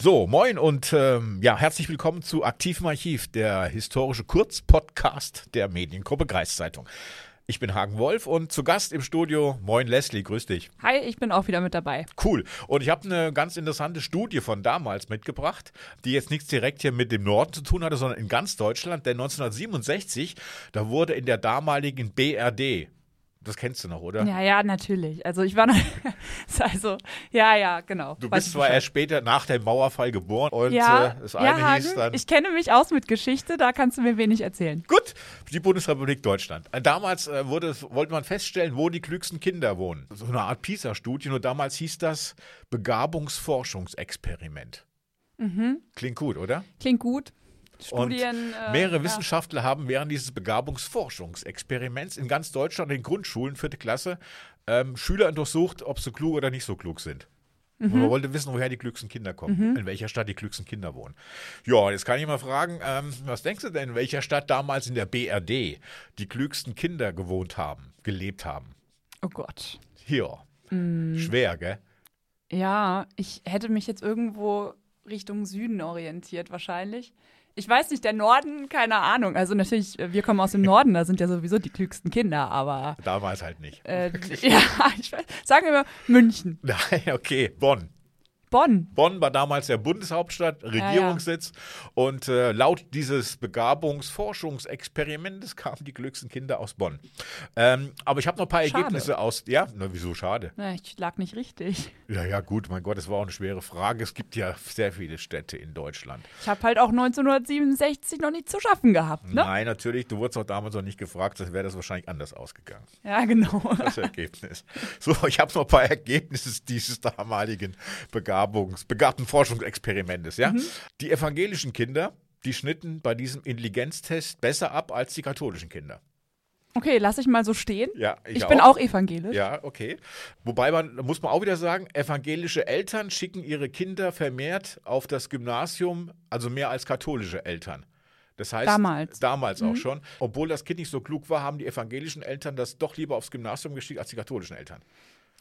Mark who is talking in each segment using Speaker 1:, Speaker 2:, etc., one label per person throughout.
Speaker 1: So, moin und ähm, ja, herzlich willkommen zu Aktivem Archiv, der historische Kurzpodcast der Mediengruppe Kreiszeitung. Ich bin Hagen Wolf und zu Gast im Studio, moin Leslie, grüß dich.
Speaker 2: Hi, ich bin auch wieder mit dabei.
Speaker 1: Cool. Und ich habe eine ganz interessante Studie von damals mitgebracht, die jetzt nichts direkt hier mit dem Norden zu tun hatte, sondern in ganz Deutschland. Denn 1967, da wurde in der damaligen BRD, das kennst du noch, oder?
Speaker 2: Ja, ja, natürlich. Also ich war noch, also ja, ja, genau.
Speaker 1: Du
Speaker 2: Weiß
Speaker 1: bist
Speaker 2: ich
Speaker 1: zwar
Speaker 2: Bescheid.
Speaker 1: erst später nach dem Mauerfall geboren und
Speaker 2: ja,
Speaker 1: äh, das
Speaker 2: ja,
Speaker 1: eine
Speaker 2: Hagen,
Speaker 1: hieß dann.
Speaker 2: ich kenne mich aus mit Geschichte, da kannst du mir wenig erzählen.
Speaker 1: Gut, die Bundesrepublik Deutschland. Äh, Damals äh, wurde, es- wollte man feststellen, wo die klügsten Kinder wohnen. So eine Art PISA-Studie, nur damals hieß das Begabungsforschungsexperiment. Klingt gut, oder?
Speaker 2: Klingt gut.
Speaker 1: Und
Speaker 2: Studien. äh,
Speaker 1: mehrere
Speaker 2: ja.
Speaker 1: Wissenschaftler haben während dieses Begabungsforschungsexperiments in ganz Deutschland in Grundschulen, vierte Klasse, ähm, Schüler untersucht, ob sie klug oder nicht so klug sind. Und
Speaker 2: Mhm.
Speaker 1: man wollte wissen, woher die klügsten Kinder kommen, in welcher Stadt die klügsten Kinder wohnen. Ja, jetzt kann ich mal fragen, ähm, was denkst du denn, in welcher Stadt damals in der BRD die klügsten Kinder gewohnt haben, gelebt haben?
Speaker 2: Oh Gott.
Speaker 1: Hier.
Speaker 2: Mhm.
Speaker 1: Schwer, gell?
Speaker 2: Ja, ich hätte mich jetzt irgendwo Richtung Süden orientiert wahrscheinlich. Ich weiß nicht, der Norden, keine Ahnung. Also natürlich, äh, wir kommen aus dem Norden, da sind ja sowieso die klügsten Kinder, aber
Speaker 1: Damals halt nicht.
Speaker 2: äh, ja, ich weiß, sagen wir mal München,
Speaker 1: Nein, okay, Bonn.
Speaker 2: Bonn.
Speaker 1: Bonn war damals der Bundeshauptstadt,
Speaker 2: ja.
Speaker 1: Regierungssitz. Und äh, laut dieses Begabungsforschungsexperimentes kamen die glücksten Kinder aus Bonn. Ähm, aber ich habe noch ein paar
Speaker 2: Schade.
Speaker 1: Ergebnisse aus. Ja, na, wieso schade?
Speaker 2: Na, ich lag nicht richtig.
Speaker 1: Ja, ja, gut, mein Gott, das war auch eine schwere Frage. Es gibt ja sehr viele Städte in Deutschland.
Speaker 2: Ich habe halt auch 1967 noch nicht zu schaffen gehabt, ne?
Speaker 1: Nein, natürlich, du wurdest auch damals noch nicht gefragt, sonst wäre das wahrscheinlich anders ausgegangen.
Speaker 2: Ja, genau.
Speaker 1: das Ergebnis. So, ich habe noch ein paar Ergebnisse dieses damaligen Begabungs-, begabten Forschungsexperimentes.
Speaker 2: Mhm.
Speaker 1: Ja? Die evangelischen Kinder, die schnitten bei diesem Intelligenztest besser ab als die katholischen Kinder.
Speaker 2: Okay, lass ich mal so stehen.
Speaker 1: Ja,
Speaker 2: ich bin auch evangelisch.
Speaker 1: Ja, okay. Wobei man, da muss man auch wieder sagen, evangelische Eltern schicken ihre Kinder vermehrt auf das Gymnasium, also mehr als katholische Eltern. Das heißt,
Speaker 2: Damals. Mhm.
Speaker 1: damals auch schon. Obwohl das Kind nicht so klug war, haben die evangelischen Eltern das doch lieber aufs Gymnasium geschickt als die katholischen Eltern.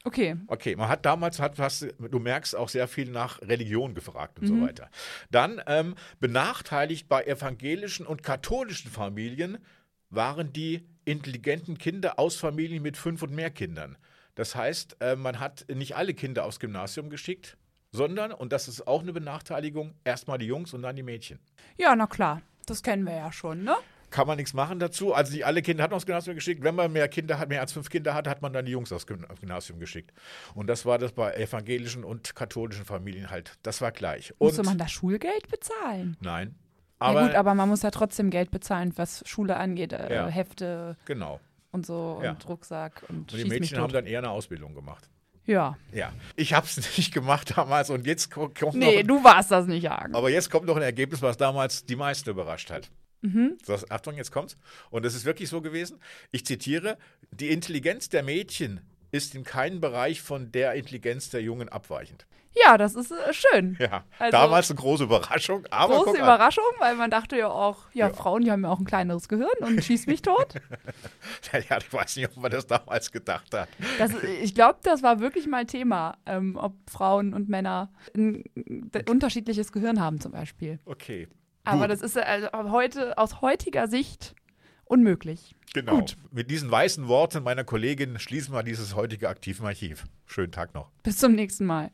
Speaker 2: Okay.
Speaker 1: Okay, man hat damals, hat, hast, du merkst, auch sehr viel nach Religion gefragt und so weiter. Dann ähm, benachteiligt bei evangelischen und katholischen Familien waren die intelligenten Kinder aus Familien mit fünf und mehr Kindern. Das heißt, äh, man hat nicht alle Kinder aufs Gymnasium geschickt, sondern, und das ist auch eine Benachteiligung, erstmal die Jungs und dann die Mädchen.
Speaker 2: Ja, na klar. Das kennen wir ja schon, ne?
Speaker 1: Kann man nichts machen dazu. Also nicht alle Kinder hat man aufs Gymnasium geschickt. Wenn man mehr Kinder hat, mehr als fünf Kinder hat, hat man dann die Jungs aufs Gym- aufs Gymnasium geschickt. Und das war das bei evangelischen und katholischen Familien halt. Das war gleich. Und
Speaker 2: Musste man da Schulgeld bezahlen?
Speaker 1: nein.
Speaker 2: Aber,
Speaker 1: Aber,
Speaker 2: ja gut, aber man muss ja trotzdem Geld bezahlen, was Schule angeht, äh,
Speaker 1: Ja.
Speaker 2: Hefte
Speaker 1: genau.
Speaker 2: und so
Speaker 1: Ja.
Speaker 2: und Rucksack und,
Speaker 1: Und die
Speaker 2: schieß mich
Speaker 1: Mädchen haben
Speaker 2: tot.
Speaker 1: dann eher eine Ausbildung gemacht.
Speaker 2: Ja.
Speaker 1: Ja. Ich habe es nicht gemacht damals und jetzt ko- kommt noch
Speaker 2: Nee,
Speaker 1: ein-
Speaker 2: du warst das nicht, Hagen.
Speaker 1: Aber jetzt kommt noch ein Ergebnis, was damals die meisten überrascht hat.
Speaker 2: Mhm.
Speaker 1: Das, Achtung, jetzt kommt's. Und es ist wirklich so gewesen. Ich zitiere: Die Intelligenz der Mädchen ist in keinem Bereich von der Intelligenz der Jungen abweichend.
Speaker 2: Ja, das ist äh, schön.
Speaker 1: Ja,
Speaker 2: Also-
Speaker 1: damals eine große Überraschung, aber
Speaker 2: Große
Speaker 1: guck an.
Speaker 2: Überraschung, weil man dachte ja auch, ja, Frauen, die haben ja auch ein kleineres Gehirn und schieß mich tot.
Speaker 1: Ja, ich weiß nicht, ob man das damals gedacht hat.
Speaker 2: Das, ich glaube, das war wirklich mal Thema, ähm, ob Frauen und Männer ein, d- unterschiedliches Gehirn haben zum Beispiel.
Speaker 1: Okay.
Speaker 2: Aber
Speaker 1: Gut.
Speaker 2: das ist äh, also ab heute aus heutiger Sicht unmöglich.
Speaker 1: Genau.
Speaker 2: Gut.
Speaker 1: Mit diesen weißen Worten meiner Kollegin schließen wir dieses heutige Aktiven Archiv. Schönen Tag noch.
Speaker 2: Bis zum nächsten Mal.